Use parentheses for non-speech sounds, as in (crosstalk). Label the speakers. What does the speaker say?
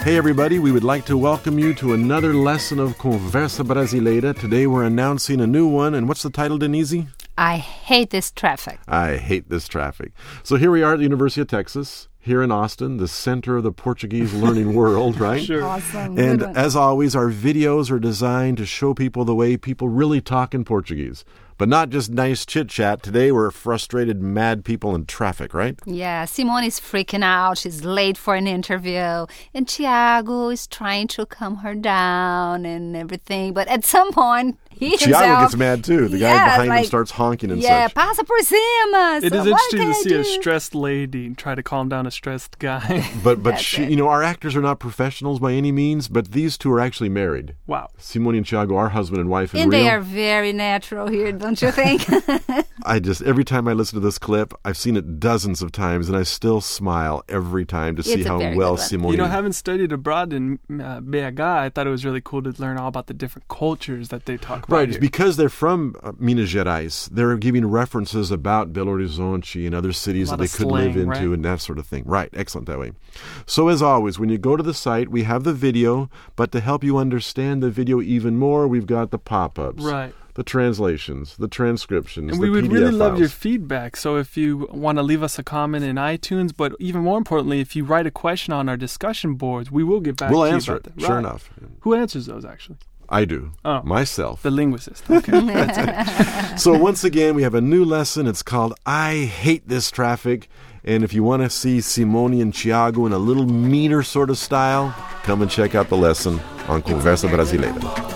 Speaker 1: Hey, everybody, we would like to welcome you to another lesson of Conversa Brasileira. Today we're announcing a new one, and what's the title, Denise?
Speaker 2: I hate this traffic.
Speaker 1: I hate this traffic. So here we are at the University of Texas, here in Austin, the center of the Portuguese (laughs) learning world, right?
Speaker 3: Sure.
Speaker 2: Awesome.
Speaker 1: And
Speaker 2: Good one.
Speaker 1: as always, our videos are designed to show people the way people really talk in Portuguese, but not just nice chit chat. Today we're frustrated, mad people in traffic, right?
Speaker 2: yeah, Simone is freaking out. She's late for an interview. And Tiago is trying to calm her down and everything. But at some point, he
Speaker 1: Tiago
Speaker 2: himself,
Speaker 1: gets mad too. The guy
Speaker 2: Yeah,
Speaker 1: behind him
Speaker 2: like,
Speaker 1: starts honking and
Speaker 2: Yeah,
Speaker 1: such.
Speaker 2: passa por cima.
Speaker 3: It
Speaker 2: So
Speaker 3: is
Speaker 2: what
Speaker 3: interesting to
Speaker 2: can I
Speaker 3: see a
Speaker 2: do?
Speaker 3: stressed lady try to calm down a
Speaker 1: (laughs)
Speaker 3: stressed guy.
Speaker 1: But but
Speaker 2: That's
Speaker 1: she,
Speaker 2: it.
Speaker 1: you know, our actors are not professionals by any means. But these two are actually married.
Speaker 3: wow.
Speaker 1: Simone and Tiago are husband and wife in
Speaker 2: And
Speaker 1: real.
Speaker 2: they are very natural here, don't you
Speaker 1: (laughs)
Speaker 2: think?
Speaker 1: I just every time I listen to this clip, I've seen it dozens of times, and I still smile every time to see
Speaker 2: It's a
Speaker 1: how
Speaker 2: very good
Speaker 1: well
Speaker 2: one.
Speaker 1: Simone.
Speaker 3: You know, having studied abroad in uh, BH, I thought it was really cool to learn all about the different cultures that they talk about.
Speaker 1: Right, it's
Speaker 3: here.
Speaker 1: because they're from uh, Minas Gerais. They're giving references about Belo Horizonte and other cities that
Speaker 3: A lot
Speaker 1: they
Speaker 3: of
Speaker 1: could live
Speaker 3: slang,
Speaker 1: into
Speaker 3: right?
Speaker 1: and that sort of thing. Right, excellent that way. So, as always, when you go to the site, we have the video, but to help you understand the video even more, we've got the pop ups,
Speaker 3: Right.
Speaker 1: the translations, the transcriptions,
Speaker 3: And
Speaker 1: the
Speaker 3: we would
Speaker 1: PDF
Speaker 3: really love your
Speaker 1: files.
Speaker 3: feedback. So if you want to leave us a comment in iTunes, but even more importantly, if you write a question on our discussion boards, we will get back
Speaker 1: We'll
Speaker 3: to you.
Speaker 1: answer it,
Speaker 3: about that.
Speaker 1: sure
Speaker 3: Right.
Speaker 1: enough.
Speaker 3: Who answers those, actually?
Speaker 1: I do,
Speaker 3: Oh.
Speaker 1: myself.
Speaker 3: The linguist. Okay.
Speaker 1: so once again, we have a new lesson. It's called "I Hate This Traffic." And if you want to see Simone and Thiago in a little meaner sort of style, come and check out the lesson on Conversa Brasileira.